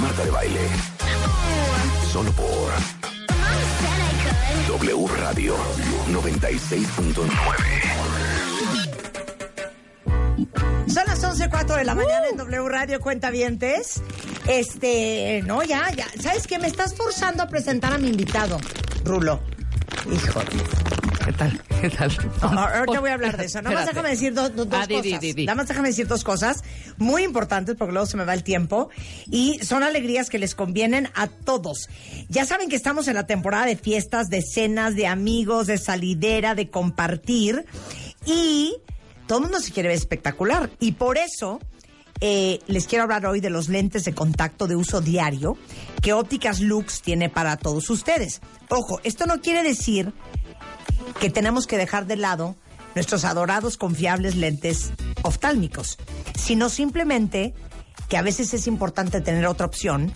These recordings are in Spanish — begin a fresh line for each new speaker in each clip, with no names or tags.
Marta de baile. Solo por
Mom said I could.
W Radio 96.9.
Son las 11.04 de la mañana en W Radio Cuentavientes. Este, no, ya, ya. ¿Sabes qué? Me estás forzando a presentar a mi invitado, Rulo. Híjole.
¿Qué tal? ¿Qué tal?
Ah, Ahora ahorita voy a hablar de eso. Nada más
Espérate.
déjame decir do- do- dos
Ah, di,
cosas.
di, di, di.
Nada más déjame decir dos cosas muy importantes porque luego se me va el tiempo. Y son alegrías que les convienen a todos. Ya saben que estamos en la temporada de fiestas, de cenas, de amigos, de salidera, de compartir. Y todo el mundo se quiere ver espectacular. Y por eso... Eh, les quiero hablar hoy de los lentes de contacto de uso diario que Ópticas Lux tiene para todos ustedes. Ojo, esto no quiere decir que tenemos que dejar de lado nuestros adorados, confiables lentes oftálmicos, sino simplemente que a veces es importante tener otra opción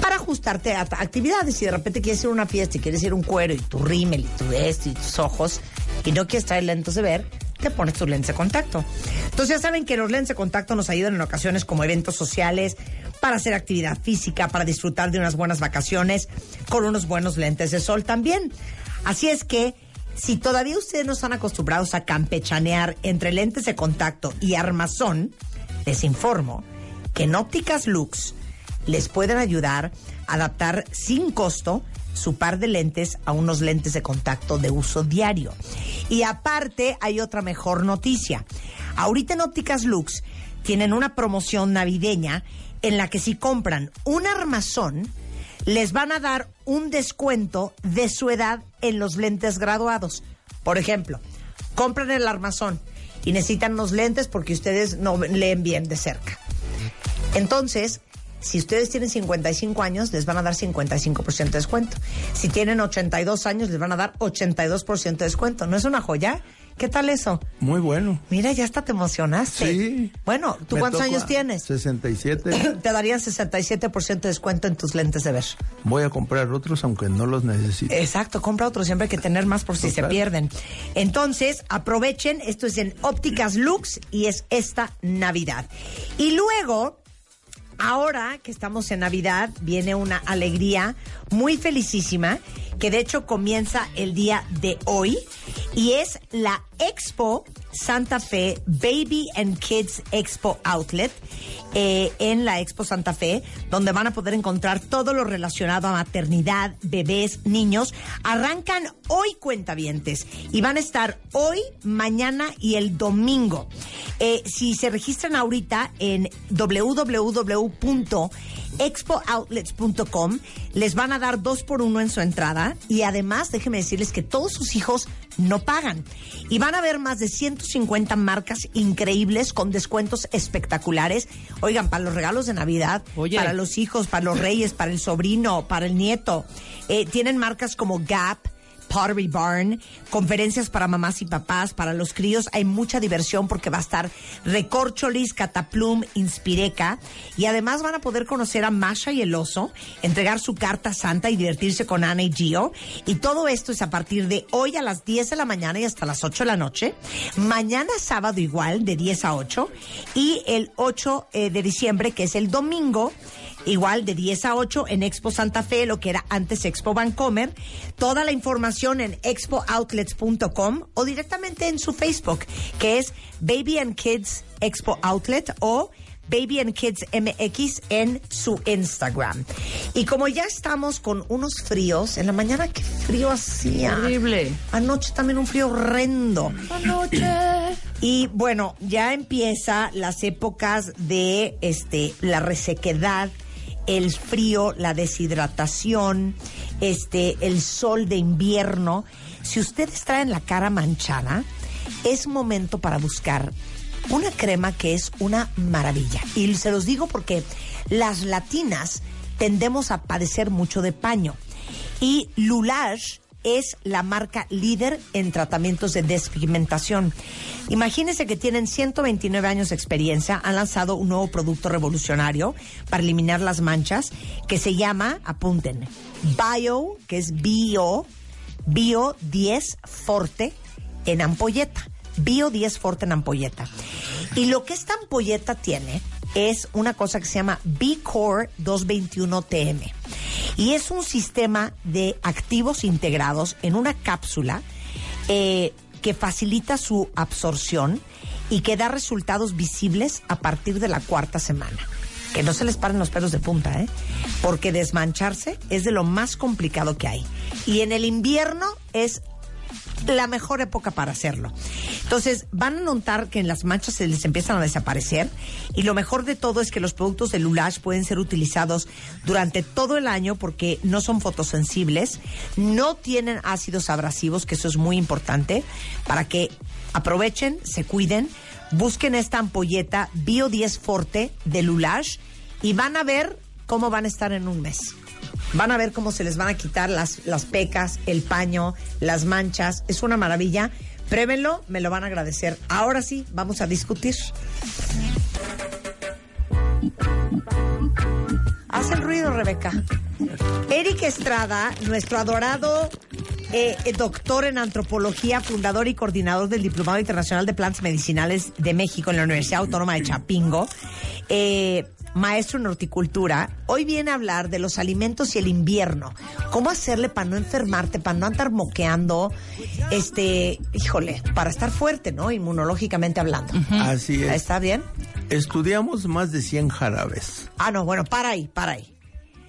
para ajustarte a a actividades. Si de repente quieres ir a una fiesta y quieres ir a un cuero y tu rímel y tu esto y tus ojos y no quieres traer lentes de ver, te pones tus lentes de contacto. Entonces ya saben que los lentes de contacto nos ayudan en ocasiones como eventos sociales, para hacer actividad física, para disfrutar de unas buenas vacaciones con unos buenos lentes de sol también. Así es que si todavía ustedes no están acostumbrados a campechanear entre lentes de contacto y armazón, les informo que en Ópticas Lux les pueden ayudar a adaptar sin costo su par de lentes a unos lentes de contacto de uso diario. Y aparte hay otra mejor noticia. Ahorita en Ópticas Lux tienen una promoción navideña en la que si compran un armazón, les van a dar un descuento de su edad en los lentes graduados. Por ejemplo, compran el armazón y necesitan los lentes porque ustedes no leen bien de cerca. Entonces, si ustedes tienen 55 años, les van a dar 55% de descuento. Si tienen 82 años, les van a dar 82% de descuento. ¿No es una joya? ¿Qué tal eso?
Muy bueno.
Mira, ya hasta te emocionaste.
Sí.
Bueno, ¿tú
Me
cuántos
toca
años tienes?
67.
Te darían 67% de descuento en tus lentes de ver.
Voy a comprar otros aunque no los necesite.
Exacto, compra otro, siempre hay que tener más por si se
Total.
pierden. Entonces, aprovechen, esto es en Ópticas Lux y es esta Navidad. Y luego, ahora que estamos en Navidad, viene una alegría muy felicísima, que de hecho comienza el día de hoy, y es la Expo Santa Fe Baby and Kids Expo Outlet, eh, en la Expo Santa Fe, donde van a poder encontrar todo lo relacionado a maternidad, bebés, niños. Arrancan hoy cuentavientes y van a estar hoy, mañana y el domingo. Eh, si se registran ahorita en www.expooutlet.com, les van a dar dos por uno en su entrada y además déjenme decirles que todos sus hijos no pagan. Y van a ver más de 150 marcas increíbles con descuentos espectaculares. Oigan, para los regalos de Navidad,
Oye.
para los hijos, para los reyes, para el sobrino, para el nieto. Eh, tienen marcas como Gap. Pottery Barn, conferencias para mamás y papás, para los críos, hay mucha diversión porque va a estar Recorcholis, Cataplum, Inspireca y además van a poder conocer a Masha y el oso, entregar su carta a santa y divertirse con Ana y Gio y todo esto es a partir de hoy a las 10 de la mañana y hasta las 8 de la noche, mañana sábado igual de 10 a 8 y el 8 eh, de diciembre que es el domingo igual de 10 a 8 en Expo Santa Fe, lo que era antes Expo Vancomer. Toda la información en expooutlet.com o directamente en su Facebook, que es Baby and Kids Expo Outlet o Baby and Kids MX en su Instagram. Y como ya estamos con unos fríos, en la mañana qué frío hacía.
Horrible.
Anoche también un frío horrendo. Y bueno, ya empieza las épocas de este la resequedad, el frío, la deshidratación, este el sol de invierno. Si ustedes traen la cara manchada, es momento para buscar una crema que es una maravilla. Y se los digo porque las latinas tendemos a padecer mucho de paño. Y Lulage es la marca líder en tratamientos de despigmentación. Imagínense que tienen 129 años de experiencia, han lanzado un nuevo producto revolucionario para eliminar las manchas que se llama, apunten, Bio, que es Bio, Bio 10 Forte en ampolleta. Bio 10 Forte en ampolleta. Y lo que esta ampolleta tiene es una cosa que se llama B-Core 221TM. Y es un sistema de activos integrados en una cápsula eh, que facilita su absorción y que da resultados visibles a partir de la cuarta semana. Que no se les paren los pelos de punta, ¿eh? Porque desmancharse es de lo más complicado que hay. Y en el invierno es la mejor época para hacerlo. Entonces, van a notar que en las manchas se les empiezan a desaparecer y lo mejor de todo es que los productos de Lulash pueden ser utilizados durante todo el año porque no son fotosensibles, no tienen ácidos abrasivos, que eso es muy importante, para que aprovechen, se cuiden, busquen esta ampolleta Bio 10 Forte de Lulash y van a ver cómo van a estar en un mes. Van a ver cómo se les van a quitar las, las pecas, el paño, las manchas. Es una maravilla. Prévenlo, me lo van a agradecer. Ahora sí, vamos a discutir. Haz el ruido, Rebeca. Eric Estrada, nuestro adorado eh, eh, doctor en antropología, fundador y coordinador del Diplomado Internacional de Plantas Medicinales de México en la Universidad Autónoma de Chapingo, eh, maestro en horticultura, hoy viene a hablar de los alimentos y el invierno. ¿Cómo hacerle para no enfermarte, para no andar moqueando? Este, híjole, para estar fuerte, ¿no? Inmunológicamente hablando.
Así es.
¿Está bien?
Estudiamos más de 100 jarabes.
Ah, no, bueno, para ahí, para ahí.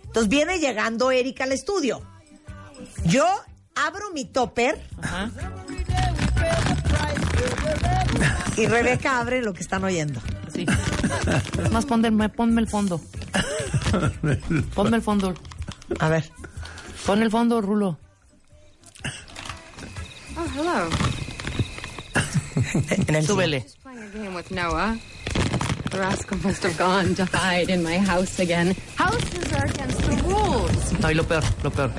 Entonces viene llegando Erika al estudio. Yo abro mi topper y Rebeca abre lo que están oyendo.
Sí. Es más, ponme, ponme el fondo. Ponme el fondo.
A ver.
Pon el fondo, Rulo.
Oh, hello.
En el
Súbele.
Just playing a game with Noah. The rascal must have gone to hide in my house again. Houses are against the rules.
No, y lo peor, lo peor.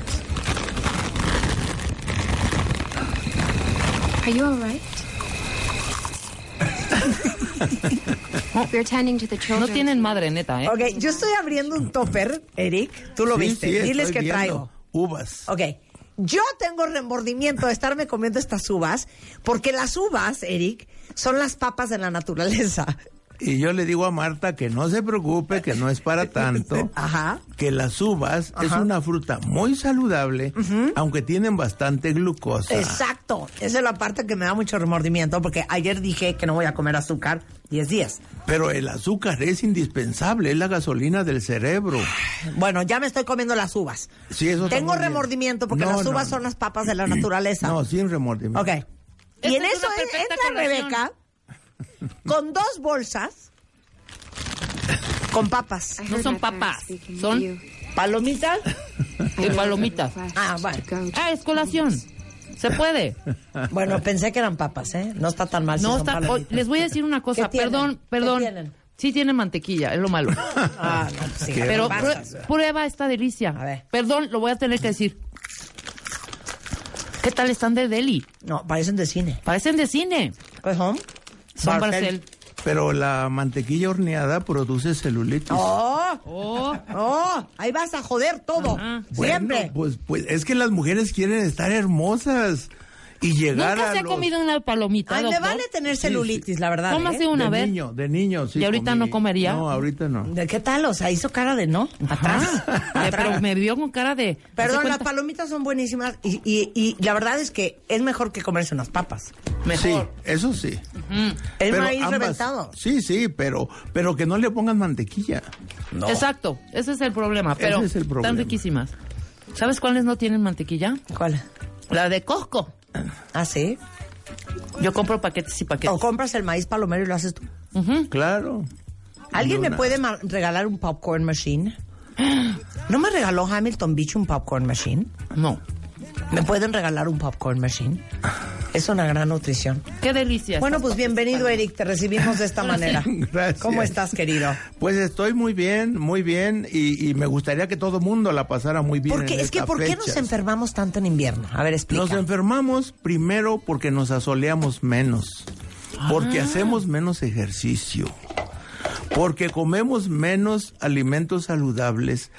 Are you all right? We're tending to the
No
children.
tienen madre, neta, ¿eh?
Ok, yo estoy abriendo un topper, Eric. Tú lo
Sí,
viste.
sí,
Diles
estoy
que
viendo.
traigo.
Uvas.
Ok. Yo tengo remordimiento de estarme comiendo estas uvas, porque las uvas, Eric, son las papas de la naturaleza.
Y yo le digo a Marta que no se preocupe, que no es para tanto.
Ajá.
Que las uvas es
Ajá.
una fruta muy saludable, aunque tienen bastante glucosa.
Exacto. Esa es la parte que me da mucho remordimiento porque ayer dije que no voy a comer azúcar 10 días.
Pero el azúcar es indispensable, es la gasolina del cerebro.
Bueno, ya me estoy comiendo las uvas.
Sí, eso está
Tengo
muy bien.
remordimiento porque
No,
las uvas
no,
son
no.
las papas de la naturaleza.
No, sin remordimiento.
Ok. Y
Esta
en
es
eso
una
en-
perfecta
entra
colación.
Rebeca con dos bolsas con papas.
I
No
heard
son
my parents
papas,
speaking
son-
to you.
Palomitas.
I don't
palomitas.
have the
Ah,
flashes
vale.
to go to.
Ah, es colación. Se puede.
Bueno, pensé que eran papas, ¿eh? No está tan mal. si
No
son
está. o-
palomitas.
les voy a decir una cosa.
¿Qué tienen?
Perdón,
¿Qué
perdón.
tienen?
Sí tiene mantequilla, es lo malo.
Ah, no, pues sí.
Pero
pasas.
prue- prueba esta delicia.
A ver.
Perdón, lo voy a tener que decir. ¿Qué tal están de deli?
No, parecen de cine. Pues,
Parecen de cine.
¿Qué son?
Son
Barcel.
Barcel.
Pero la mantequilla horneada produce celulitis.
¡Oh!
Oh,
¡Oh! Ahí vas a joder todo.
Ajá.
Bueno,
Siempre.
Pues, pues es que las mujeres quieren estar hermosas y llegar
nunca
a
se ha
los-
comido una palomita.
Ay, me
doctor?
vale tener
Sí,
celulitis, la verdad.
Cómase
¿eh?
una
de
vez.
niño, de niño, sí.
¿Y ahorita no comería?
No, ahorita no.
¿De qué tal? O sea, hizo cara de no. Atrás.
Ajá. Eh, Pero me vio con cara de.
Perdón,
¿hace
las
cuenta?
palomitas son buenísimas y, y- y la verdad es que es mejor que comerse unas papas.
Mejor.
Sí, eso sí.
El
Pero
maíz
ambas-
reventado.
Sí, sí, pero, pero que no le pongan mantequilla.
Exacto, ese es el problema. Pero
Ese es el problema.
están riquísimas. ¿Sabes cuáles no tienen mantequilla?
¿Cuál?
La de Costco.
¿Ah, sí?
Yo compro paquetes y paquetes.
¿O compras el maíz palomero y lo haces tú?
Ujú.
Claro.
¿Alguien me
Luna.
puede ma- regalar un popcorn machine? ¿No me regaló Oh. Hamilton Beach un popcorn machine?
No.
¿Me pueden regalar un popcorn machine? Es una gran nutrición.
Qué delicia.
Bueno,
estas
pues
papas.
bienvenido, Eric. Te recibimos de esta manera.
Gracias.
¿Cómo estás, querido?
Pues estoy muy bien, muy bien, y, y me gustaría que todo mundo la pasara muy bien.
¿Por qué?
en
Es que,
estas
¿por qué nos
fechas.
enfermamos tanto en invierno? A ver, explica.
Nos enfermamos primero porque nos asoleamos menos, porque
Ah.
hacemos menos ejercicio, porque comemos menos alimentos saludables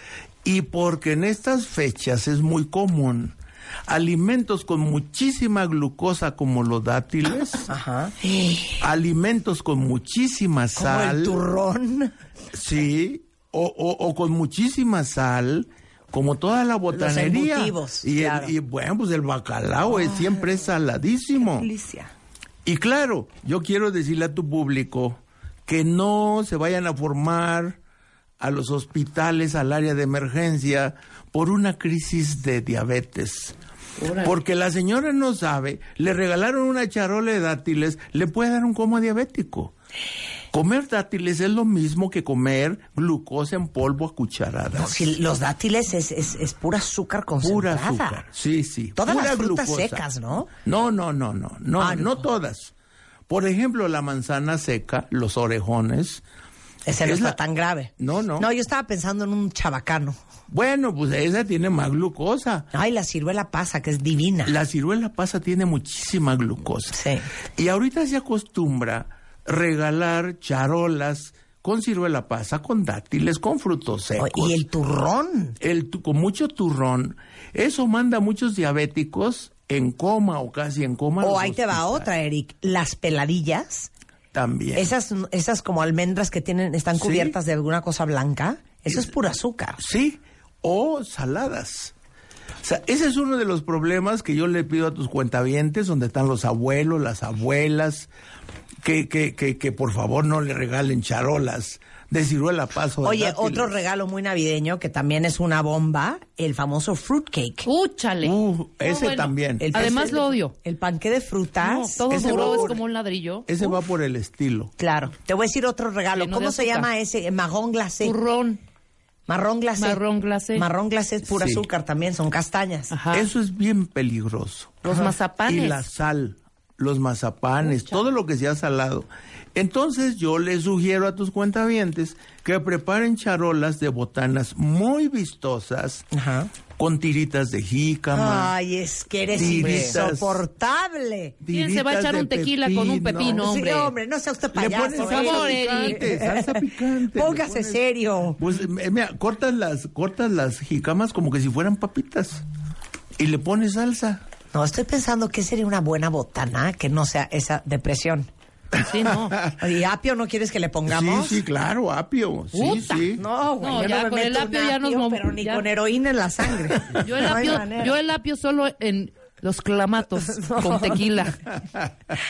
y porque en estas fechas es muy común alimentos con muchísima glucosa como los dátiles,
Ajá.
alimentos con muchísima
Como
sal.
el turrón,
Sí, o, o- o con muchísima sal, como toda la botanería.
embutidos,
y, el-
claro.
y, bueno, pues el bacalao es siempre es saladísimo. Y claro, yo quiero decirle a tu público que no se vayan a formar a los hospitales, al área de emergencia, por una crisis de diabetes. Porque la señora no sabe, le regalaron una charola de dátiles, le puede dar un coma diabético. Comer dátiles es lo mismo que comer glucosa en polvo a
No,
cucharadas.
si los dátiles es, es, es pura azúcar
Pura
concentrada.
azúcar. Sí, sí.
Todas
pura
las frutas
glucosa.
secas, ¿no?
No, no, no, no, no,
Ah, no.
no, todas. Por ejemplo, la manzana seca, los orejones.
Ese no
Es
está
la-
tan grave.
No, no.
No, yo estaba pensando en un chabacano.
Bueno, pues esa tiene más glucosa.
Ay, la ciruela pasa, que es divina.
La ciruela pasa tiene muchísima glucosa.
Sí.
Y ahorita se acostumbra regalar charolas con ciruela pasa, con dátiles, con frutos secos.
y el turrón.
el tu- con mucho turrón, eso manda a muchos diabéticos en coma o casi en coma. a
O
los
ahí te va
hospitales
otra, Eric. Las peladillas.
También.
Esas, esas como almendras que tienen, están
Sí.
cubiertas de alguna cosa blanca. Eso es pura azúcar.
Sí, o saladas. O sea, ese es uno de los problemas que yo le pido a tus cuentavientes, donde están los abuelos, las abuelas, que, que, que, que por favor no le regalen charolas de ciruela paso.
Oye, otro regalo muy navideño que también es una bomba, el famoso fruitcake.
¡Úchale!
Uh,
No,
ese
bueno.
también.
El-
Además
ese-
lo odio.
El panque de
No,
frutas.
todo
ese
duro es
favor.
como un ladrillo.
Ese va por el estilo.
Claro. Te voy a decir otro regalo.
Lleno de
¿Cómo se
azúcar.
llama ese? Marrón glacé.
Turrón.
Marrón glacé.
Marrón glacé. Ah.
Marrón glacé es pura
Sí.
azúcar también, son castañas.
Ajá.
Eso es bien peligroso.
Los mazapanes.
Y la sal, los mazapanes, todo lo que sea salado. Entonces yo les sugiero a tus cuentavientes que preparen charolas de botanas muy vistosas
Ajá.
con tiritas de jícama.
Ay, es que eres
Tiritas.
insoportable.
¿Quién se va a
tiritas
echar
de
un tequila con un pepino? No,
Sí,
hombre.
hombre, no sea usted
Le
payaso.
pones salsa
por
Eric.
favor,
picante,
Eric.
salsa picante. le
Póngase
pones-
serio.
Pues eh, mira, cortas las, cortas las jicamas como que si fueran papitas y le pones salsa.
No, estoy pensando que sería una buena botana que no sea esa depresión.
Sí, no.
¿Y apio no quieres que le pongamos?
Sí, sí, claro, apio. Sí,
Puta.
sí.
No, güey,
No,
yo
ya
me
con el
meto
apio
un
ya nos
apio,
mom-
Pero ni
ya.
con heroína en la sangre.
Yo el,
No hay
apio,
manera.
yo el apio solo en los clamatos con tequila.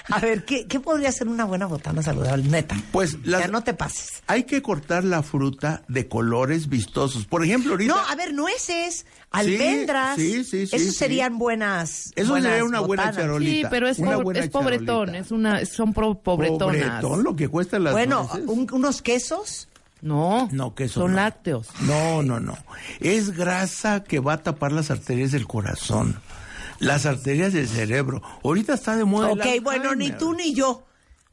A ver, ¿qué, ¿qué podría ser una buena botana saludable? Neta.
Pues
Ya
las-
no te pases.
Hay que cortar la fruta de colores vistosos. Por ejemplo, ahorita
No, a ver, nueces, almendras.
sí, sí, sí,
Eso
sí.
serían buenas.
Eso
buenas
sería una buena
botanas.
Sí,
charolita.
pero es,
Una
pobre-
buena
es pobretón.
charolita.
Es una, son pro- pobretonas.
Pobretón, lo que cuesta las
Bueno,
nueces.
un- unos quesos.
No,
No, queso
son
no.
lácteos.
No, no, no. Es grasa que va a tapar las arterias del corazón, las arterias del cerebro. Ahorita está de moda. el
ok, bueno, ni
Alzheimer.
tú ni yo.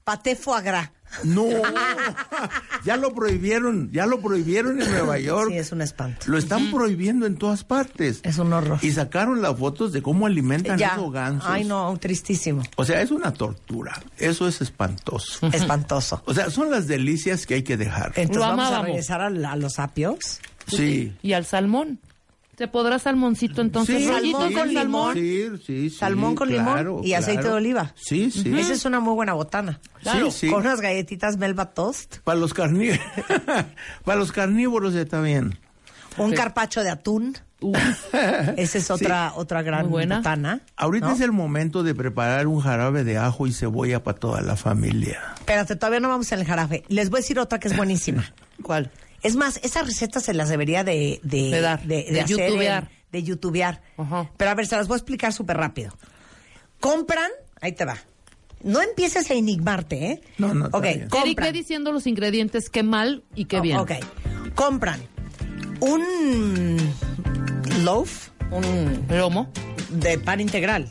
Paté foie gras.
No. ya lo prohibieron, ya lo prohibieron en Nueva York.
Sí, es un espanto.
Lo están prohibiendo en todas partes.
Es un horror.
Y sacaron las fotos de cómo alimentan esos gansos.
Ay, no, tristísimo.
O sea, es una tortura. Eso es espantoso.
Espantoso.
O sea, son las delicias que hay que dejar.
Entonces
Lo
vamos a
amábamos.
regresar al- a, los apios.
Sí.
Y al salmón. ¿Se podrá salmoncito entonces?
Sí,
¿Rollito
salmón
con
sí,
limón?
Sí, sí, sí,
Salmón con limón
claro,
y aceite
claro.
de oliva.
Sí, sí.
Esa es una muy buena botana.
Claro.
Sí, sí.
Con unas galletitas Melba Toast,
Para los, carní... Para los carnívoros está bien.
un carpacho de atún. Esa es otra otra gran
Muy buena.
botana.
Ahorita
¿no?
es el momento de preparar un jarabe de ajo y cebolla para toda la familia.
Espérate, todavía no vamos al jarabe. Les voy a decir otra que es buenísima.
¿Cuál?
Es más, esas recetas se las debería de... De,
De dar, de
hacer en-
youtubear.
de youtubear.
Ajá.
Pero a ver, se las voy a explicar súper rápido. Compran... Ahí te va. No empieces a enigmarte, ¿eh?
No, no, está
Ok,
bien.
Eric ve
compran.
diciendo los ingredientes qué mal y qué bien.
Oh, Ok. Compran un loaf
Un lomo.
de pan integral.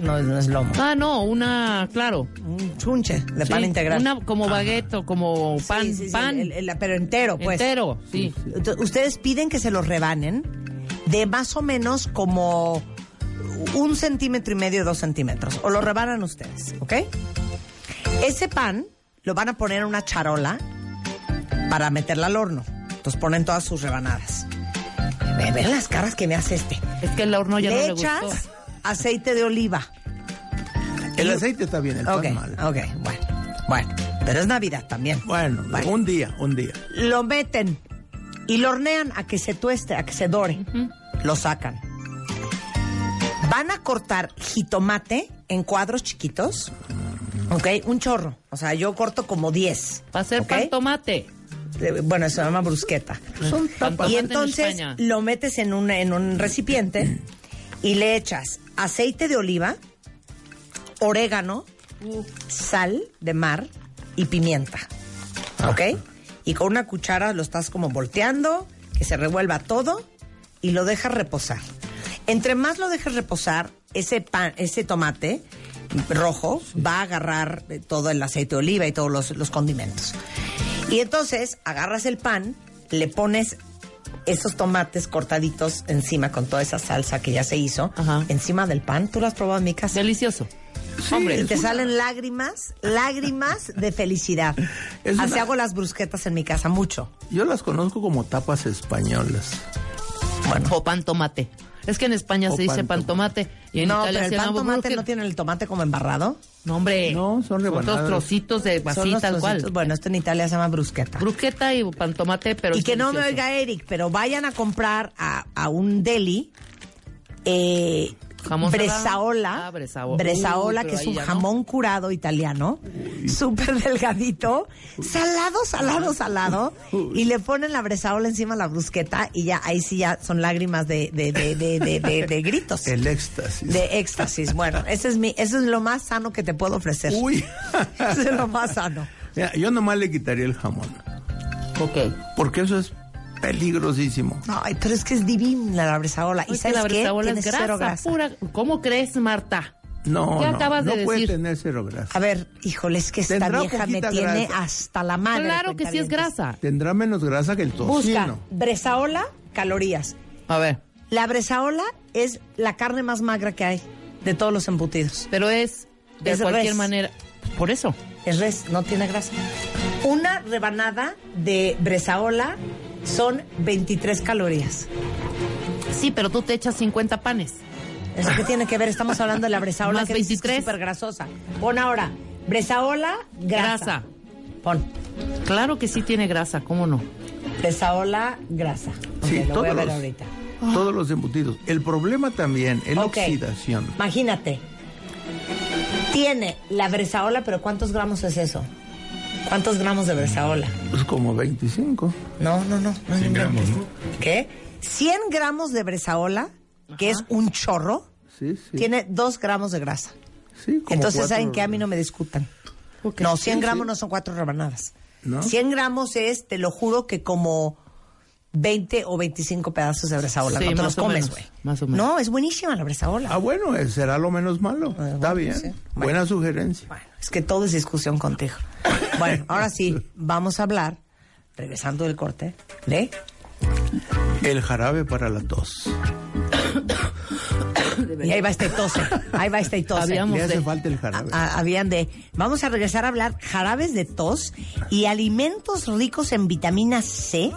No, no es lomo.
Ah, no, una, claro.
Un chunche de pan
Sí,
integral.
Una como baguette o como
Sí,
pan,
sí, sí,
pan
el- el- pero entero, pues.
entero. Sí.
Ent- Ustedes piden que se los rebanen de más o menos como un centímetro y medio, dos centímetros. O lo rebanan ustedes, ¿ok? Ese pan lo van a poner en una charola para meterla al horno. Entonces ponen todas sus rebanadas. Ve- Ven las caras que me hace este.
Es que el horno ya
le
no le
echas
gustó.
aceite de oliva.
El aceite está bien, el pan
Ok,
mal.
ok, bueno. Bueno, pero es Navidad también.
Bueno,
Bueno.
un día, un día.
lo meten y lo hornean a que se tueste, a que se dore. Lo sacan. Van a cortar jitomate en cuadros chiquitos. Ok, un chorro. O sea, yo corto como 10.
Para hacer
¿ok?
pan tomate.
Eh, Bueno, se llama brusqueta.
Pan tomate
Y
en
entonces
España.
lo metes en un, en un recipiente y le echas aceite de oliva, orégano, sal de mar y pimienta. ¿Ok? Y con una cuchara lo estás como volteando, que se revuelva todo y lo dejas reposar. Entre más lo dejes reposar, ese pan, ese tomate rojo va a agarrar eh, todo el aceite de oliva y todos los, los condimentos. Y entonces agarras el pan, le pones esos tomates cortaditos encima con toda esa salsa que ya se hizo,
Ajá.
encima del pan. ¿Tú lo has probado en mi casa?
Delicioso.
y
Hombre,
te salen lágrimas, lágrimas de felicidad.
Es
Así
una-
hago las brusquetas en mi casa, mucho.
Yo las conozco como tapas españolas.
o pan tomate. Es que en España
O
se dice
pan
pan tomate. Y en
no,
Italia
pero
se
el pan
llama
tomate
brusqueta.
no tiene el tomate como embarrado.
No, hombre.
No, son
Otros
rebanadas.
trocitos de
Son
así,
los
tal cual.
trocitos. Bueno, esto en Italia se llama brusqueta.
Brusqueta y pan tomate, pero.
y
es
que no me
delicioso.
oiga Eric, pero vayan a comprar a, a un deli eh,
Jamón
bresaola,
serrano. Ah, brezao-
bresaola,
Uy,
que
pero
es
ahí
un
ya no.
jamón curado italiano, súper delgadito, salado, salado, salado, y le ponen la bresaola encima de la brusqueta y ya ahí sí ya son lágrimas de, de, de, de, de, de- de gritos.
El éxtasis.
De éxtasis. Bueno, ese es mi, eso es lo más sano que te puedo ofrecer.
Uy.
Eso es lo más sano.
Mira, yo nomás le quitaría el jamón.
Ok.
Porque eso es peligrosísimo.
Ay, pero es que es divina la bresaola.
Ay,
¿Y
que
sabes
la
qué?
bresaola
Tiene
es
cero
grasa,
grasa.
pura. ¿Cómo crees, Marta?
No,
¿Qué
no,
acabas de
no puede
decir?
tener cero grasa.
A ver, híjole, es que esta
Tendrá
vieja me
poquita
tiene
grasa.
hasta la madre.
Claro que sí es
cuentavientes.
grasa.
Tendrá menos grasa que el
Busca
tocino.
bresaola, calorías.
A ver.
La bresaola es la carne más magra que hay de todos los embutidos.
Pero es de
Es
cualquier
res.
manera. Por eso.
Es res, no tiene grasa. Una rebanada de bresaola son 23 calorías.
Sí, pero tú te echas 50 panes.
¿Eso qué tiene que ver? Estamos hablando de la bresaola
Más
que dices que
23.
es súper grasosa. Pon ahora, bresaola, grasa.
Grasa.
Pon,
Claro que sí tiene grasa, ¿cómo no?
bresaola, grasa. Ok,
Sí,
lo voy a
todos
ver
los-
ahorita.
Todos los embutidos. El problema también es la
Ah. Ok.
oxidación.
Imagínate. Tiene la bresaola, pero ¿cuántos gramos es eso? ¿Cuántos gramos de bresaola?
Es Pues como 25.
No, no, no. 100 gramos, ¿no? ¿Qué? 100 gramos de bresaola, que es un chorro,
Sí, sí.
tiene 2 gramos de grasa.
Sí, como
Entonces,
cuatro-
¿saben que A mí no me discutan. No, 100 gramos no son cuatro rebanadas.
¿No?
100 gramos es, te lo juro, que como 20 o 25 pedazos de bresaola.
Sí,
no te
más
los
o
comes,
menos,
güey.
más o menos.
No, es buenísima la bresaola.
Ah, bueno, eh, será lo menos malo.
Ah,
Está
bueno,
bien.
sí.
Buena sugerencia.
Bueno, es que todo es discusión contigo. Bueno, ahora sí, vamos a hablar, regresando del corte, de
El jarabe para la tos.
y ahí va este tose, ahí va este tose.
Habíamos- Vamos
Le hace
de-
falta el jarabe.
A- a- habían de, vamos a regresar a hablar jarabes de tos y alimentos ricos en vitamina C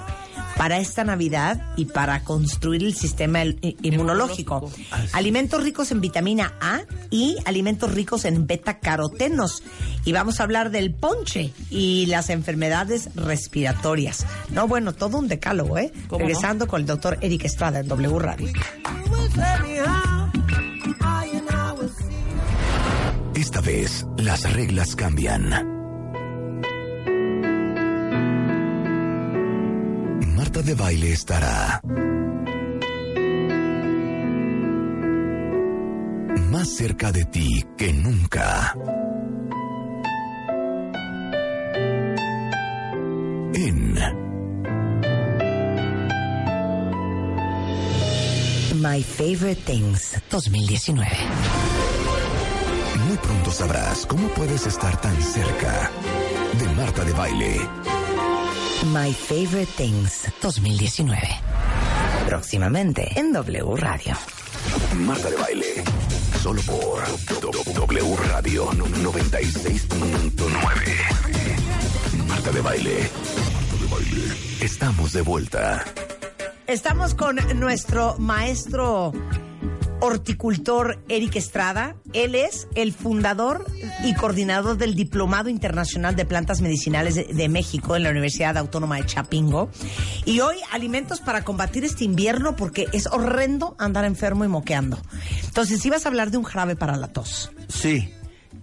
para esta Navidad y para construir el sistema el- i- inmunológico. Alimentos ricos en vitamina A y alimentos ricos en beta carotenos. Y vamos a hablar del ponche y las enfermedades respiratorias. No, bueno, todo un decálogo, ¿eh?
¿Cómo no?
Regresando con el doctor Eric Estrada en W Radio.
Esta vez las reglas cambian. Marta de baile estará más cerca de ti que nunca. En
My Favorite Things 2019.
Muy pronto sabrás cómo puedes estar tan cerca de Marta de Baile.
My Favorite Things 2019. Próximamente en W Radio.
Marta de Baile. Solo por W Radio 96.9. Marta de Baile. Estamos de vuelta.
Estamos con nuestro maestro horticultor Eric Estrada. Él es el fundador y coordinador del Diplomado Internacional de Plantas Medicinales de, de México en la Universidad Autónoma de Chapingo. Y hoy alimentos para combatir este invierno porque es horrendo andar enfermo y moqueando. Entonces, ibas a hablar de un jarabe para la tos.
Sí.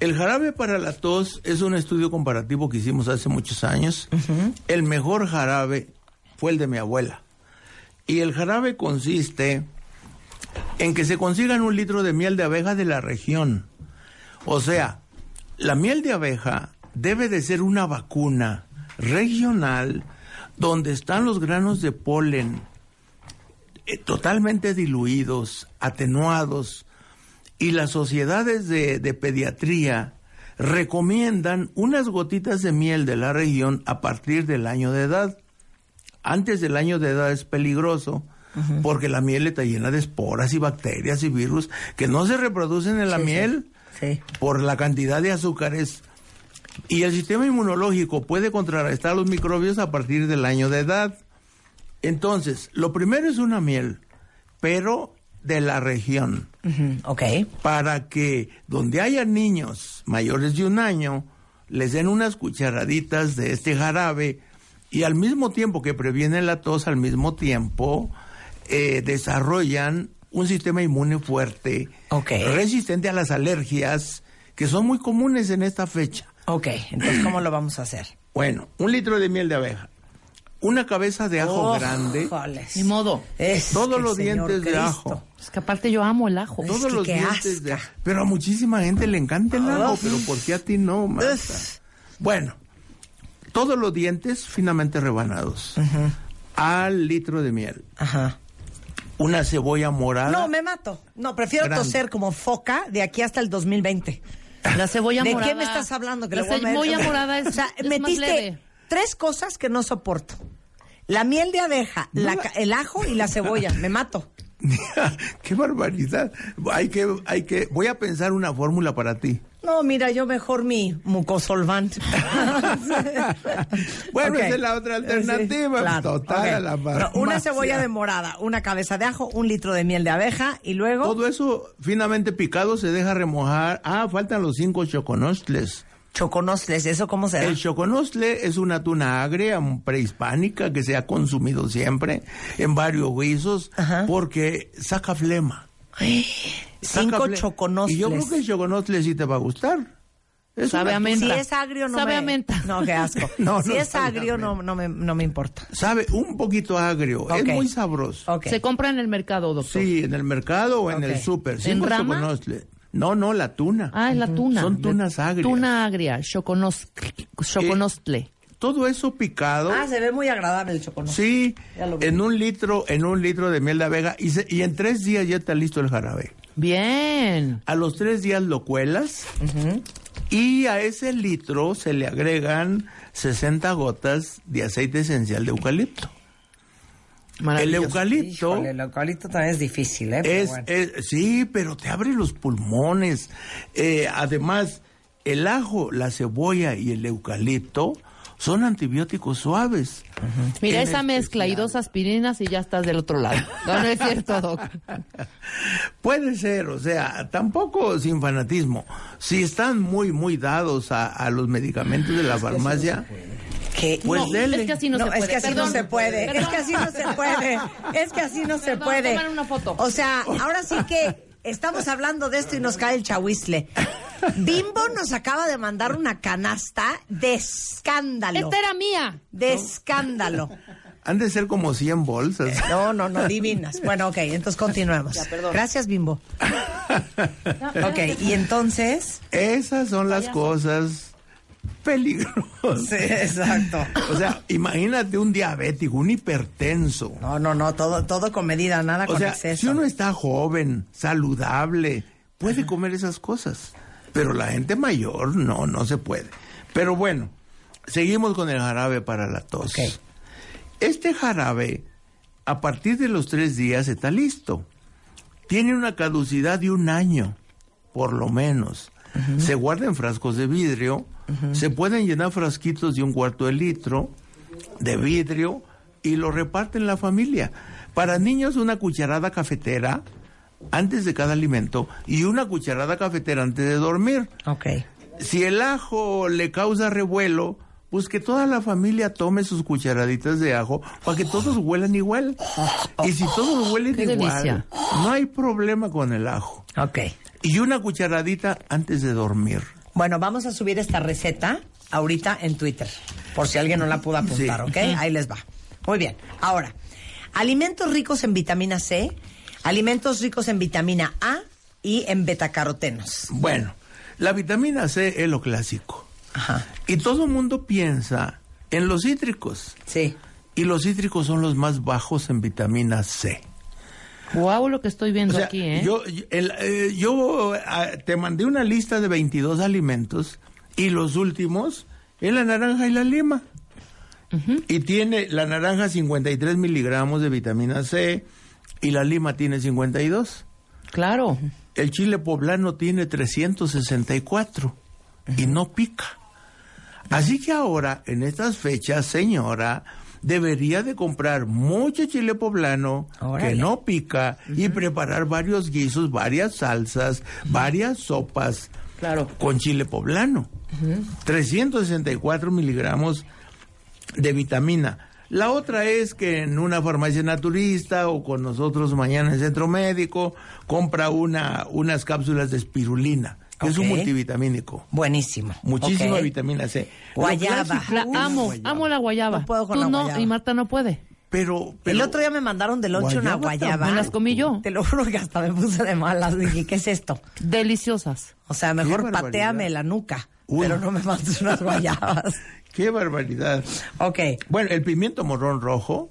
El jarabe para la tos es un estudio comparativo que hicimos hace muchos años. El mejor jarabe fue el de mi abuela. Y el jarabe consiste en que se consigan un litro de miel de abeja de la región. O sea, la miel de abeja debe de ser una vacuna regional donde están los granos de polen eh, totalmente diluidos, atenuados, y las sociedades de, de pediatría recomiendan unas gotitas de miel de la región a partir del año de edad. Antes del año de edad es peligroso porque la miel está llena de esporas y bacterias y virus que no se reproducen en la
Sí, sí.
miel
Sí.
Este, por la cantidad de azúcares. Y el sistema inmunológico puede contrarrestar los microbios a partir del año de edad. Entonces, lo primero es una miel, pero de la región
Ujú, Ok.
para que donde haya niños mayores de un año, les den unas cucharaditas de este jarabe y al mismo tiempo que previenen la tos, al mismo tiempo eh, desarrollan un sistema inmune fuerte,
Ok.
resistente a las alergias, que son muy comunes en esta fecha.
Ok. Entonces, ¿cómo lo vamos a hacer?
Bueno, un litro de miel de abeja, una cabeza de ajo grande,
Oh, Joles.
Ni modo.
Es
Todos
que
los
el Señor
dientes de
Cristo.
ajo.
Es que aparte yo amo el ajo.
Es
todos
que
los
qué
dientes de
asco.
ajo. Pero a muchísima gente le encanta el ajo,
Uf.
pero ¿por qué a ti no, Marta?
Uf.
Bueno, todos los dientes finamente rebanados. Al litro de miel.
Ajá.
Una cebolla morada.
No, me mato. No, prefiero
Grande.
toser como foca de aquí hasta el 2020.
La cebolla
¿De
morada.
qué me estás hablando? Que
la
le voy a meter-
cebolla morada es,
O sea,
es más
metiste
leve.
tres cosas que no soporto. La miel de abeja, la ca- el ajo y la cebolla. Me mato.
¡Qué barbaridad! Hay que, hay que... Voy a pensar una fórmula para ti.
No, mira, yo mejor mi mucosolvant.
Bueno,
Ok.
esa es la otra
Sí,
alternativa.
claro,
Total,
ok.
a la
No, Una
farmacia.
cebolla de morada, una cabeza de ajo, un litro de miel de abeja y luego...
Todo eso finamente picado se deja remojar. Ah, faltan los cinco choconostles.
Choconosles, ¿eso cómo se
El choconostle es una tuna agria prehispánica que se ha consumido siempre en varios guisos
Ajá.
porque saca flema. saca
Cinco
fle-
choconosles.
Y yo creo que el choconostle sí te va a gustar. Es
Sabe
una
a
tuna-
menta.
Si es agrio, no
Sabe
me...
a menta.
No, qué asco.
No,
si
no
es
sabe a
agrio, no, no, me, no me importa.
Sabe un poquito agrio.
Ok.
Es muy sabroso.
Ok.
Se compra en el mercado, doctor.
Sí, en el mercado o en
Ok.
el súper.
¿En
Cinco
rama?
choconostle. No, no, la tuna.
Ah, es la tuna.
Son tunas agrias. Eh,
Tuna agria, choconos- choconostle.
Todo eso picado.
Ah, se ve muy agradable el choconosle.
Sí,
Ya lo vi.
en un litro, en un litro de miel de abeja y, se- y en tres días ya está listo el jarabe.
Bien.
A los tres días lo cuelas y a ese litro se le agregan 60 gotas de aceite esencial de eucalipto. El
Maravilloso.
eucalipto
Híjole, el eucalipto también es difícil, ¿eh? Pero
es,
bueno.
es- sí, pero te abre los pulmones. Eh, además, el ajo, la cebolla y el eucalipto son antibióticos suaves.
Mira
en
esa mezcla y dos aspirinas y ya estás del otro lado. No, no es cierto, Doc.
Puede ser, o sea, tampoco sin fanatismo. Si están muy, muy dados a, a los medicamentos de la farmacia,
¿Qué?
pues
No,
dele.
es que así no,
No,
se puede.
es que así
Perdón.
no se puede.
Perdón.
Es que así no se puede. Es que así no se
Perdón,
puede.
tomen una foto.
O sea, ahora sí que estamos hablando de esto y nos cae el chahuizle. Bimbo nos acaba de mandar una canasta de escándalo.
Esta era mía.
De escándalo.
Han de ser como 100 bolsas.
No, no, no, divinas. Bueno, ok, entonces continuemos. Gracias, Bimbo. Ok, y entonces.
Esas son las cosas peligrosas.
exacto.
O sea, imagínate un diabético, un hipertenso.
No, no, no, todo, todo con medida, nada
O
con
sea,
exceso.
si uno está joven, saludable, puede comer esas cosas. Pero la gente mayor, no, no se puede. Pero bueno, seguimos con el jarabe para la tos.
Ok.
Este jarabe, a partir de los tres días, está listo. Tiene una caducidad de un año, por lo menos. Se guarda en frascos de vidrio, se pueden llenar frasquitos de un cuarto de litro de vidrio y lo reparten la familia. Para niños una cucharada cafetera antes de cada alimento y una cucharada cafetera antes de dormir.
Ok.
Si el ajo le causa revuelo, pues que toda la familia tome sus cucharaditas de ajo para que todos huelan igual. Y si todos huelen
Qué
igual,
delicia.
no hay problema con el ajo.
Ok.
Y una cucharadita antes de dormir.
Bueno, vamos a subir esta receta ahorita en Twitter, por si alguien no la pudo apuntar,
Sí.
¿ok? Ahí les va. Muy bien. Ahora, alimentos ricos en vitamina C, alimentos ricos en vitamina A y en betacarotenos.
Bueno, la vitamina C es lo clásico.
Ajá.
Y todo el mundo piensa en los cítricos.
Sí.
Y los cítricos son los más bajos en vitamina C.
Guau, lo que estoy
O
viendo
sea,
aquí, ¿eh?
Yo, yo- el, eh, yo, ah, te mandé una lista de 22 alimentos y los últimos es la naranja y la lima. Y tiene la naranja 53 miligramos de vitamina C y la lima tiene 52.
Claro.
El chile poblano tiene 364 y no pica. Así que ahora, en estas fechas, señora, debería de comprar mucho chile poblano
Órale.
que no pica y preparar varios guisos, varias salsas, varias sopas
Claro.
con chile poblano. 364 miligramos de vitamina. La otra es que en una farmacia naturista o con nosotros mañana en centro médico, compra una, unas cápsulas de espirulina, que es un
Ok.
multivitamínico.
Buenísimo.
Muchísima
Ok.
vitamina C. Lo
Guayaba.
clásico,
La
uy,
amo,
guayaba.
amo la guayaba.
No puedo con
Tú
la
no,
guayaba.
y Marta no puede.
Pero, pero-
el otro día me mandaron del lonche una
Guayaba
guayaba.
Me las comí yo.
Te lo juro que hasta me puse de malas. Dije, ¿qué es esto?
Deliciosas.
O sea,
Qué
mejor
barbaridad.
pateame la nuca,
Uy.
pero no me mandes unas guayabas.
Qué barbaridad.
Ok.
Bueno, el pimiento morrón rojo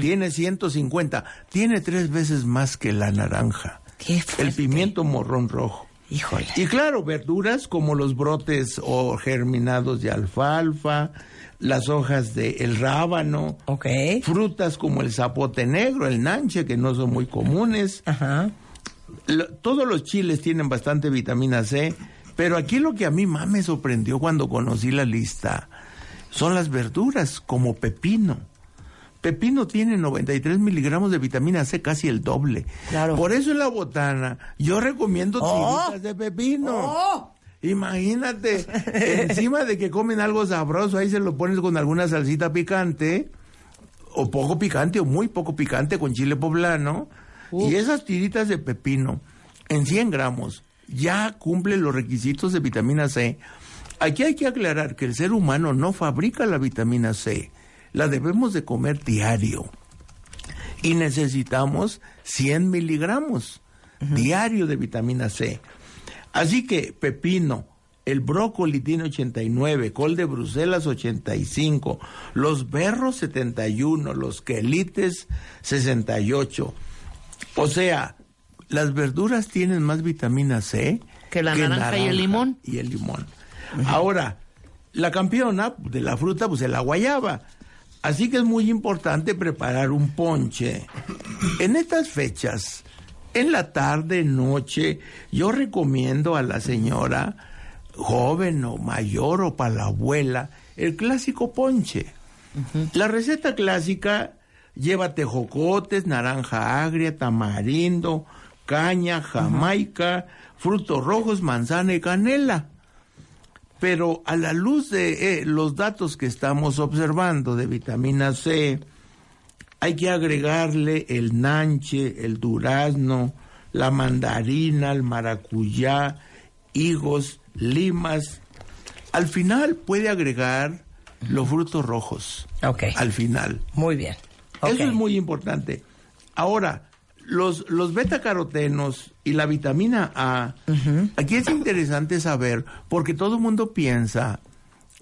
tiene 150, tiene tres veces más que la naranja.
Qué
El
fuerte.
pimiento morrón rojo.
Híjole.
Y claro, verduras como los brotes o germinados de alfalfa, las hojas de el rábano,
Ok.
frutas como el zapote negro, el nanche, que no son muy comunes.
Ajá.
Lo- todos los chiles tienen bastante vitamina C, pero aquí lo que a mí más me sorprendió cuando conocí la lista son las verduras, como pepino. Pepino tiene 93 miligramos de vitamina C, casi el doble.
Claro.
Por eso en la botana yo recomiendo
¡Oh!
tiritas de pepino.
¡Oh!
Imagínate, encima de que comen algo sabroso, ahí se lo pones con alguna salsita picante, o poco picante, o muy poco picante, con chile poblano. Y esas tiritas de pepino, en 100 gramos, ya cumplen los requisitos de vitamina C. Aquí hay que aclarar que el ser humano no fabrica la vitamina C, la debemos de comer diario y necesitamos 100 miligramos diario de vitamina C. Así que pepino, el brócoli tiene 89, col de Bruselas 85, los berros 71, los quelites 68. O sea, las verduras tienen más vitamina C
Que la naranja y el limón.
Y el limón. Ahora, la campeona de la fruta pues es la guayaba. Así que es muy importante preparar un ponche. En estas fechas, en la tarde, noche, yo recomiendo a la señora joven o mayor o para la abuela el clásico ponche. La receta clásica lleva tejocotes, naranja agria, tamarindo, caña, jamaica, frutos rojos, manzana y canela. Pero a la luz de eh, los datos que estamos observando de vitamina C, hay que agregarle el nanche, el durazno, la mandarina, el maracuyá, higos, limas. Al final puede agregar los frutos rojos.
Ok.
Al final.
Muy bien. Ok.
Eso es muy importante. Ahora, los, los betacarotenos y la vitamina A, aquí es interesante saber, porque todo el mundo piensa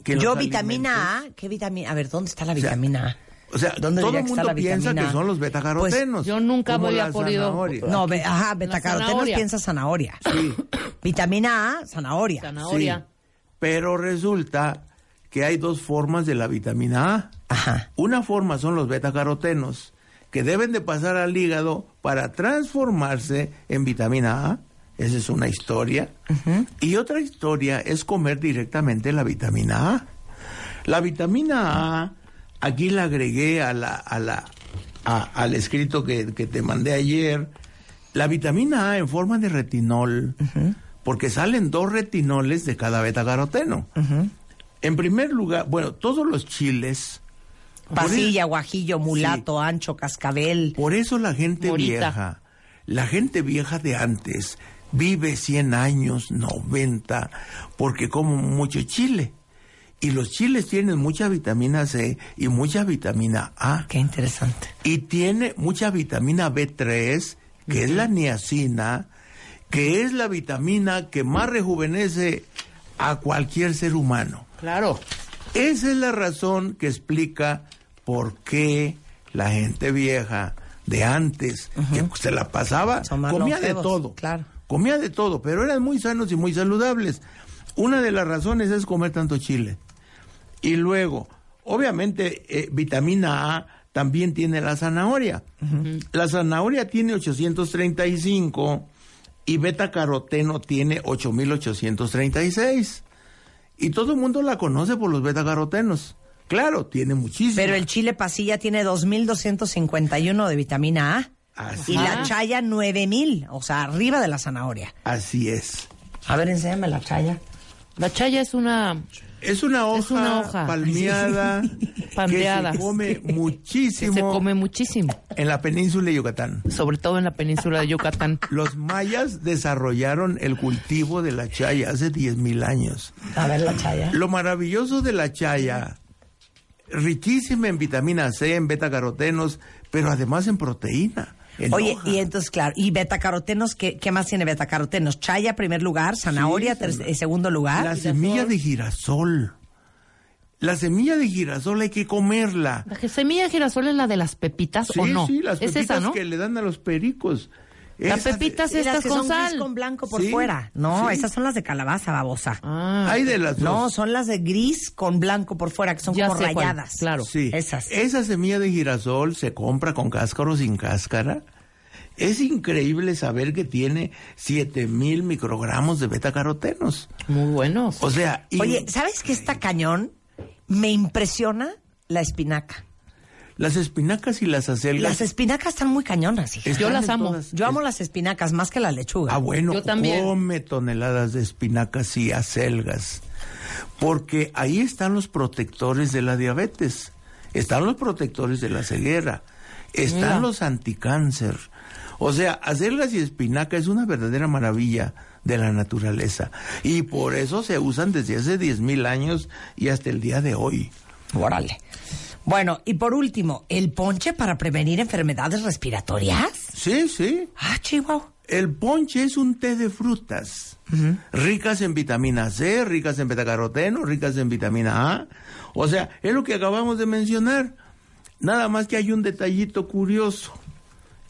que
Yo
los
vitamina
alimentos-
A, ¿qué vitamina? A ver, ¿dónde está la
sea,
vitamina A?
O sea,
¿Dónde
todo
diría
el
que está la
mundo piensa
vitamina
que
A?
son los betacarotenos.
Pues, yo nunca
como
voy a
la
por ir-
zanahoria.
No, ve- ajá,
La
betacarotenos
zanahoria.
piensa zanahoria.
Sí.
Vitamina A, zanahoria.
Zanahoria.
Pero resulta que hay dos formas de la vitamina A.
Ajá.
Una forma son los betacarotenos, que deben de pasar al hígado para transformarse en vitamina A. Esa es una historia. Y otra historia es comer directamente la vitamina A. La vitamina A, aquí la agregué a la, a la, a- al escrito que, que te mandé ayer. La vitamina A en forma de retinol, porque salen dos retinoles de cada betacaroteno. En primer lugar, bueno, todos los chiles. por
Pasilla, guajillo, mulato, ancho, cascabel.
por eso la gente
Morita.
vieja, la gente vieja de antes, vive 100 años, 90, porque como mucho chile. Y los chiles tienen mucha vitamina C y mucha vitamina A.
Qué interesante.
Y tiene mucha vitamina B3, que es la niacina, que es la vitamina que más rejuvenece a cualquier ser humano.
Claro.
Esa es la razón que explica por qué la gente vieja de antes, que se la pasaba,
Son más
comía de
longevos,
todo.
claro.
Comía de todo, pero eran muy sanos y muy saludables. Una de las razones es comer tanto chile. Y luego, obviamente, eh, vitamina A también tiene la zanahoria. La zanahoria tiene 835 y beta caroteno tiene 8836. Y todo el mundo la conoce por los betacarotenos. Claro, tiene muchísimo.
Pero el chile pasilla tiene 2.251 de vitamina A.
Así,
Y
Ah.
la chaya 9.000, o sea, arriba de la zanahoria.
así es.
A ver, enséñame la chaya.
La chaya es una...
Es una hoja,
Es una hoja.
palmeada
Pandeada.
que se come
que
muchísimo
se come muchísimo,
en la península de Yucatán.
sobre todo en la península de Yucatán.
Los mayas desarrollaron el cultivo de la chaya hace 10.000 años.
A ver la chaya.
Lo maravilloso de la chaya, riquísima en vitamina C, en betacarotenos, pero además en proteína. en
Oye,
hoja.
y entonces, claro, y betacarotenos, ¿qué, qué más tiene betacarotenos? Chaya, primer lugar, zanahoria, ter- eh, segundo lugar.
La semilla de girasol. La semilla de girasol hay que comerla.
La semilla de girasol es la de las pepitas
Sí,
o no.
sí, las
es
pepitas
esa, ¿no?
que le dan a los pericos.
Las
Esa de-
pepitas
Y las
estas
que
con
son gris
sal.
con blanco por
Sí,
fuera. No,
sí.
esas son las de calabaza, babosa.
Ah,
Hay de las
No,
dos.
son las de gris con blanco por fuera, que son
Ya
como
sé cuál,
rayadas.
claro.
Sí. Eh,
Esas.
Esa semilla de girasol se compra con cáscara o sin cáscara. Es increíble saber que tiene 7000 microgramos de betacarotenos.
muy buenos.
O sea, y
Oye, ¿sabes qué está cañón? Me impresiona la espinaca.
las espinacas y las acelgas.
Las espinacas están muy cañonas, hija.
están
Yo las
en
amo.
todas.
Yo amo las espinacas más que la lechuga.
Ah, bueno,
Pues, Yo también.
come toneladas de espinacas y acelgas. Porque ahí están los protectores de la diabetes, están los protectores de la ceguera, están
Mira.
los anticáncer. O sea, acelgas y espinaca es una verdadera maravilla de la naturaleza. Y por eso se usan desde hace 10.000 años y hasta el día de hoy.
Órale. Bueno, y por último, el ponche para prevenir enfermedades respiratorias.
Sí, sí.
Ah, chihuahua.
El ponche es un té de frutas, ricas en vitamina C, ricas en betacaroteno, ricas en vitamina A. O sea, es lo que acabamos de mencionar. Nada más que hay un detallito curioso.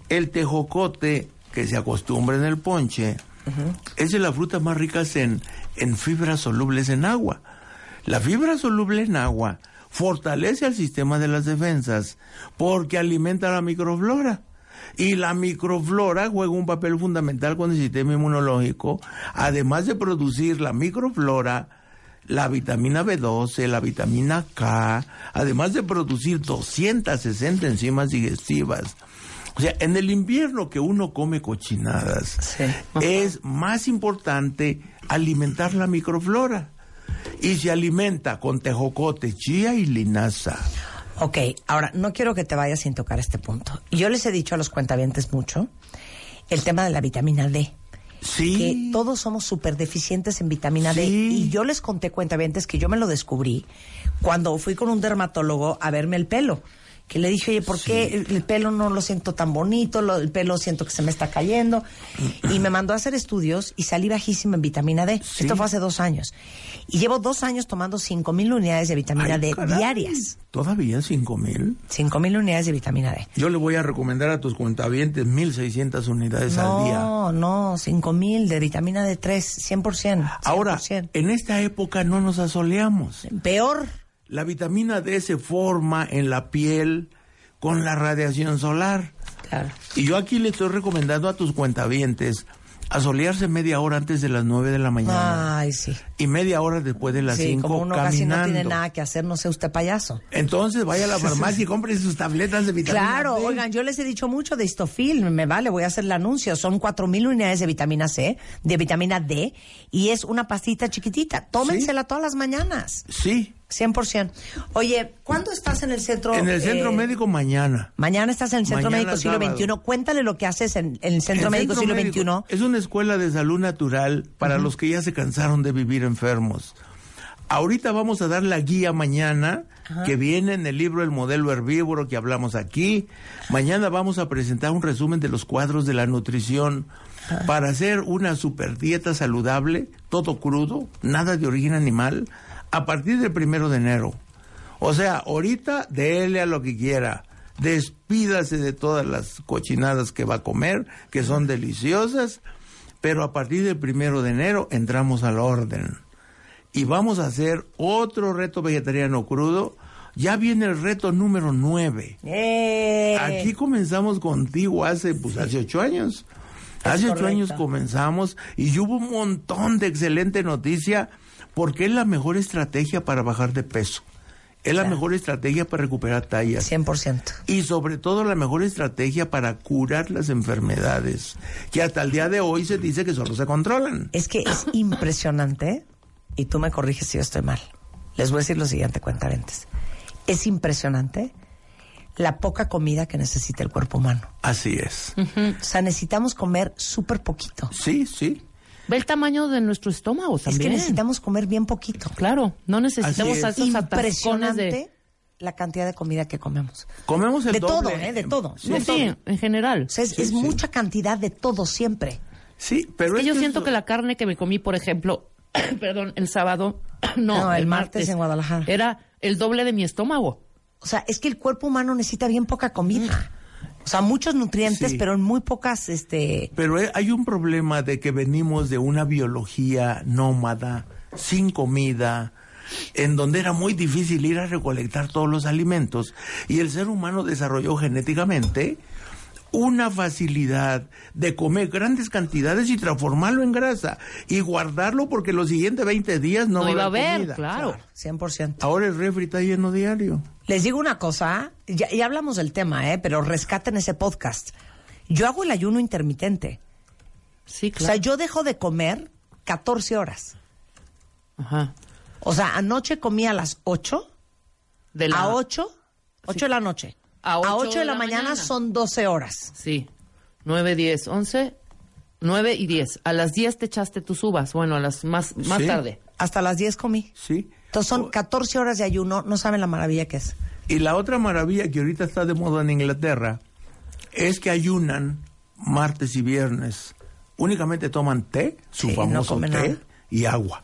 El tejocote que se acostumbra en el ponche es de las frutas más ricas en, en fibras solubles en agua. La fibra soluble en agua fortalece el sistema de las defensas porque alimenta la microflora. Y la microflora juega un papel fundamental con el sistema inmunológico, además de producir la microflora, la vitamina B12, la vitamina K, además de producir 260 enzimas digestivas. O sea, en el invierno que uno come cochinadas, es más importante alimentar la microflora. Y se alimenta con tejocote, chía y linaza.
Ok, ahora no quiero que te vayas sin tocar este punto. Yo les he dicho a los cuentavientes mucho el tema de la vitamina D.
Sí.
Que todos somos súper deficientes en vitamina D.
Sí.
Y yo les conté cuentavientes que yo me lo descubrí cuando fui con un dermatólogo a verme el pelo. que le dije, oye, ¿por qué el, el pelo no lo siento tan bonito? Lo- el pelo siento que se me está cayendo. Y me mandó a hacer estudios y salí bajísima en vitamina D. Esto fue hace dos años. Y llevo dos años tomando cinco mil unidades de vitamina
Ay,
D
caray.
diarias.
¿Todavía cinco mil?
Cinco mil unidades de vitamina D.
Yo le voy a recomendar a tus cuentavientes 1600 unidades al día.
No, no, cinco mil de vitamina D3, 100%.
Ahora,
100%.
en esta época no nos asoleamos.
peor.
La vitamina D se forma en la piel con la radiación solar.
Claro.
Y yo aquí le estoy recomendando a tus cuentavientes asolearse media hora antes de las 9 de la mañana
Ay, sí.
y media hora después de las
Ah. sí,
5
como uno casi
caminando.
no tiene nada que hacer, no sea usted payaso.
Entonces vaya a la farmacia y compre sus tabletas de vitamina
Claro,
D.
oigan, yo les he dicho mucho de histofil, me vale, voy a hacer el anuncio. Son cuatro mil unidades de vitamina C, de vitamina D, y es una pastita chiquitita. Tómensela todas las mañanas,
Sí,
100%. Oye, ¿cuándo estás en el centro?
en el centro
eh,
médico mañana.
Mañana estás en el Centro
Mañana
Médico Siglo
sábado.
XXI. Cuéntale lo que haces en, en el Centro
El
Médico Siglo
Centro Médico
XXI.
Es una escuela de salud natural para los que ya se cansaron de vivir enfermos. Ahorita vamos a dar la guía mañana, que viene en el libro El modelo herbívoro que hablamos aquí. Mañana vamos a presentar un resumen de los cuadros de la nutrición para hacer una super dieta saludable, todo crudo, nada de origen animal, a partir del primero de enero. O sea, ahorita dele a lo que quiera. Despídase de todas las cochinadas que va a comer, que son deliciosas. Pero a partir del primero de enero entramos al orden. Y vamos a hacer otro reto vegetariano crudo. Ya viene el reto número 9.
¡Eh!
Aquí comenzamos contigo hace, pues, hace ocho años. Hace ocho
correcto.
años comenzamos y hubo un montón de excelente noticia porque es la mejor estrategia para bajar de peso. Es la mejor estrategia para recuperar tallas.
100%.
Y sobre todo la mejor estrategia para curar las enfermedades, que hasta el día de hoy se dice que solo se controlan.
Es que es impresionante, y tú me corriges si yo estoy mal. Les voy a decir lo siguiente, cuentaventes. Es impresionante la poca comida que necesita el cuerpo humano.
Así es.
O sea, necesitamos comer súper poquito.
Sí, sí.
Ve el tamaño de nuestro estómago
Es que
también.
necesitamos comer bien poquito.
Claro, no necesitamos
Así es.
esos atascones
Impresionante
de...
la cantidad de comida que comemos.
Comemos el
De todo,
doble.
¿eh? De todo.
Sí,
No, sí, en general.
O sea, es,
Sí,
es
sí.
mucha cantidad de todo siempre.
sí, pero
Es que yo
esto es-
siento que la carne que me comí, por ejemplo, perdón, el sábado, no,
No, el martes
el martes,
en Guadalajara.
Era el doble de mi estómago.
O sea, es que el cuerpo humano necesita bien poca comida. O sea, muchos nutrientes,
Sí.
pero en muy pocas, este...
Pero eh, hay un problema de que venimos de una biología nómada, sin comida, en donde era muy difícil ir a recolectar todos los alimentos. Y el ser humano desarrolló genéticamente una facilidad de comer grandes cantidades y transformarlo en grasa y guardarlo porque los siguientes 20 días no,
No,
va
iba a haber,
comida.
claro.
100%.
Ahora el refri está lleno diario.
Les digo una cosa, ya, ya hablamos del tema, ¿eh? pero rescaten ese podcast. Yo hago el ayuno intermitente.
Sí,
O sea, yo dejo de comer 14 horas.
Ajá.
O sea, anoche comí a las 8,
De la-
a 8, 8 de la noche.
A ocho
de la, mañana, son 12 horas.
Sí. 9, 10, 11, 9 y 10. A las 10 te echaste tus uvas. Bueno, a las más, más
Sí.
tarde.
Hasta las 10 comí.
Sí.
Entonces son 14 horas de ayuno, no saben la maravilla que es.
Y la otra maravilla que ahorita está de moda en Inglaterra es que ayunan martes y viernes. Únicamente toman té, su
Sí, no
famoso té
comen nada.
y agua.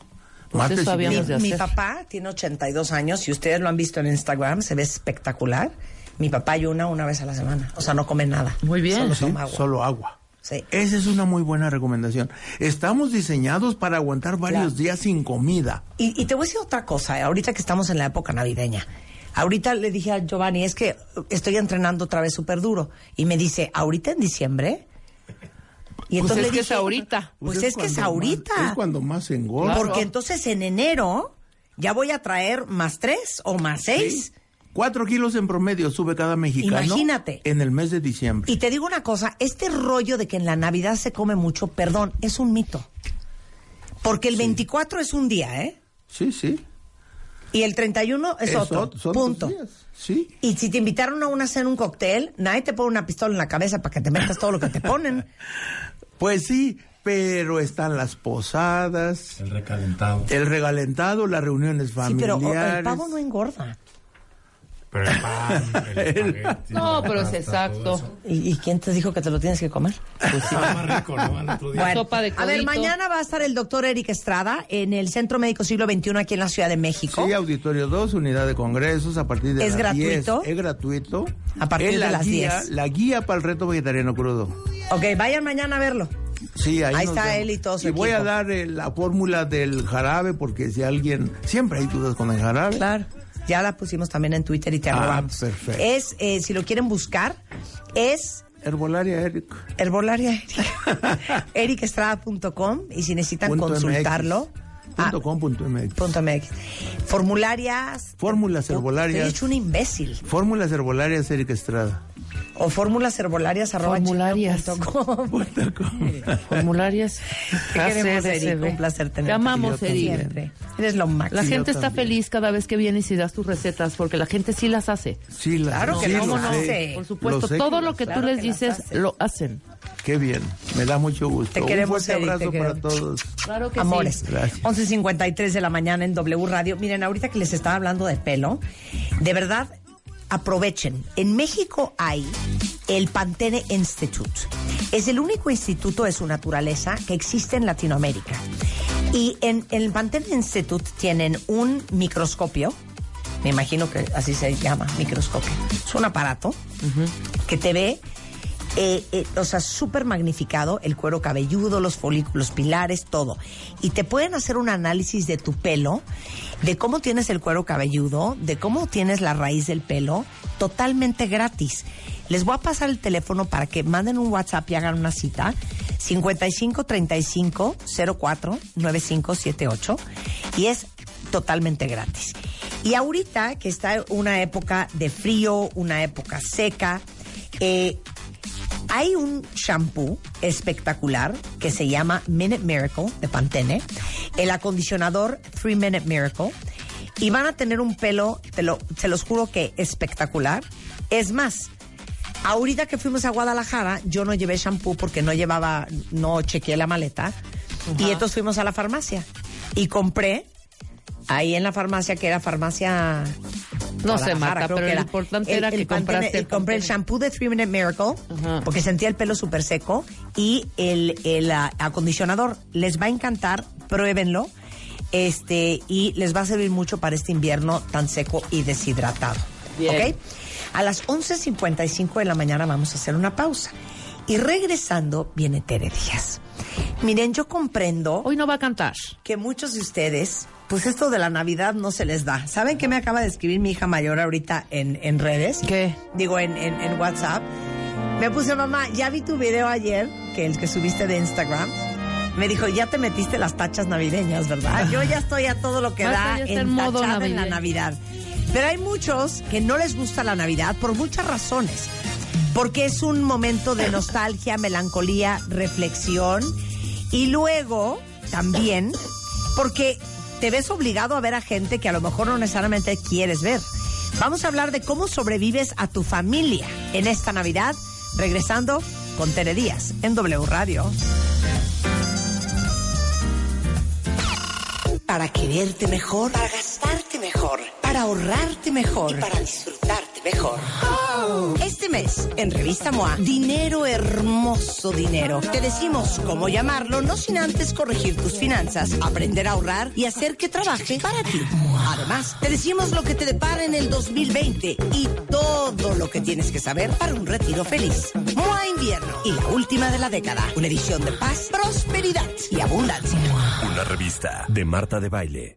Pues
martes
eso
y
habíamos
viernes.
de
Mi
hacer.
papá tiene 82 años y ustedes lo han visto en Instagram, se ve espectacular. Mi papá ayuna una vez a la semana, o sea, no come nada.
Muy bien.
Solo
Sí,
toma agua.
Solo agua.
Sí.
Esa es una muy buena recomendación. Estamos diseñados para aguantar varios
Claro.
días sin comida.
Y, y te voy a decir otra cosa, eh, ahorita que estamos en la época navideña. Ahorita le dije a Giovanni, es que estoy entrenando otra vez súper duro. Y me dice, ¿ahorita en diciembre? Y
Pues
entonces
es
le
que es
dije,
ahorita.
Pues, es, que es
cuando más-
ahorita.
es cuando más se engorda.
Claro.
Porque entonces en enero ya voy a traer más tres o más seis.
Cuatro kilos en promedio sube cada mexicano
Imagínate.
en el mes de diciembre.
Y te digo una cosa, este rollo de que en la Navidad se come mucho, perdón, es un mito. Porque el 24 es un día, ¿eh?
Sí, sí.
Y el 31 es,
Eso,
otro.
son dos
punto.
días. Sí.
Y si te invitaron a una cena, un cóctel, nadie te pone una pistola en la cabeza para que te metas todo lo que te ponen.
Pues sí, pero están las posadas,
El recalentado.
el regalentado, las reuniones
Sí, pero
familiares.
o- el pavo no engorda.
Pero el pan, el espagueti,
No,
Ah,
la
pero es
pasta, todo
exacto.
eso.
¿Y, y quién te dijo que te lo tienes que comer?
Pues Está más rico, ¿no? Al otro día.
Bueno,
Sopa de
a ver,
codito.
mañana va a estar el doctor Eric Estrada en el Centro Médico Siglo XXI aquí en la Ciudad de México.
Sí, Auditorio 2, Unidad de Congresos, a partir de
¿Es
las
gratuito?
10. Es gratuito.
A partir
Es
de
la
las
guía,
10.
La guía para el reto vegetariano crudo.
Ok, vayan mañana a verlo.
Sí, ahí,
Ahí
nos
está
vemos.
él y todo su
Y voy
equipo.
a dar eh, la fórmula del jarabe, porque si alguien... Siempre hay dudas con el jarabe.
Claro. Ya la pusimos también en Twitter y te
Ah,
arrobamos.
perfecto.
Es, eh, si lo quieren buscar, es
Herbolaria, Eric.
herbolaria Eric. ericestrada.com y si necesitan
Punto
consultarlo.
MX.
ah,
Punto com, punto MX.
punto MX. Formularias.
Fórmulas
Te he
herbolarias.
hecho un imbécil.
Fórmulas herbolarias, Eric Estrada.
O fórmulas herbolarias arroba
Formularias.
gmail.com.
Formularias.
Te queremos,
ACDCB.
Eric. Un placer tenerte.
Te amamos,
Yo
Eric.
también.
Siempre. Eres lo máximo.
La gente está
también.
feliz cada vez que vienes y das tus recetas porque la gente sí las hace.
Sí, la
Claro que
sí,
no,
lo
¿cómo no?
sé.
Sí.
Por
Lo
supuesto,
sé
todo
que
lo
lo
que
sé.
tú les dices lo hacen.
Qué bien, me da mucho gusto.
Te queremos,
Un fuerte
Eric,
abrazo
te
para
queremos.
todos.
Claro que
Amores,
sí.
Gracias.
11.53 de la mañana en W Radio. Miren, ahorita que les estaba hablando de pelo, de verdad, aprovechen. En México hay el Pantene Institute. Es el único instituto de su naturaleza que existe en Latinoamérica. Y en, en el Pantene Institute tienen un microscopio, me imagino que así se llama, microscopio. Es un aparato que te ve eh, eh, o sea, súper magnificado, el cuero cabelludo, los folículos pilares, todo. Y te pueden hacer un análisis de tu pelo, de cómo tienes el cuero cabelludo, de cómo tienes la raíz del pelo, totalmente gratis. Les voy a pasar el teléfono para que manden un WhatsApp y hagan una cita. 55 35 04 9578 y es totalmente gratis. Y ahorita que está una época de frío, una época seca, eh, hay un shampoo espectacular que se llama Minute Miracle de Pantene, el acondicionador Three Minute Miracle, y van a tener un pelo, te, lo, te los juro que espectacular. Es más, ahorita que fuimos a Guadalajara, yo no llevé shampoo porque no llevaba, no chequeé la maleta, y entonces fuimos a la farmacia y compré ahí en la farmacia que era farmacia
No
Guadalajara,
sé, Marta,
creo
pero
que
lo importante era que
Pantene-
compraste
el- compré el
Pantene.
shampoo de Three Minute Miracle
Ajá.
porque sentía el pelo súper seco y el, el, ah, acondicionador. Les va a encantar, pruébenlo. Este, y les va a servir mucho para este invierno tan seco y deshidratado.
Bien.
¿Ok? A las 11.55 de la mañana vamos a hacer una pausa. Y regresando viene Tere Díaz. Miren, yo comprendo
Hoy no va a cantar.
que muchos de ustedes, pues esto de la Navidad no se les da. ¿Saben qué me acaba de escribir mi hija mayor ahorita en, en redes?
¿Qué?
Digo, en, en, en WhatsApp. Me puse, mamá, ya vi tu video ayer, que el que subiste de Instagram. Me dijo, ya te metiste las tachas navideñas, ¿verdad? Yo ya estoy a todo lo que
Marta
da
Ah. ya está en modo
entachada en la
navideño.
Navidad. Pero hay muchos que no les gusta la Navidad por muchas razones. Porque es un momento de nostalgia, melancolía, reflexión. Y luego también porque te ves obligado a ver a gente que a lo mejor no necesariamente quieres ver. Vamos a hablar de cómo sobrevives a tu familia en esta Navidad, regresando con Tere Díaz en W Radio.
Para quererte mejor. Para gastarte mejor.
Para ahorrarte mejor.
Para disfrutarte mejor.
Este mes, en Revista MOA, dinero hermoso dinero. Te decimos cómo llamarlo, no sin antes corregir tus finanzas, aprender a ahorrar y hacer que trabaje para ti. Además, te decimos lo que te depara en el 2020 y todo lo que tienes que saber para un retiro feliz. MOA Invierno y la última de la década. Una edición de paz, prosperidad y abundancia.
Una revista de Marta de Baile.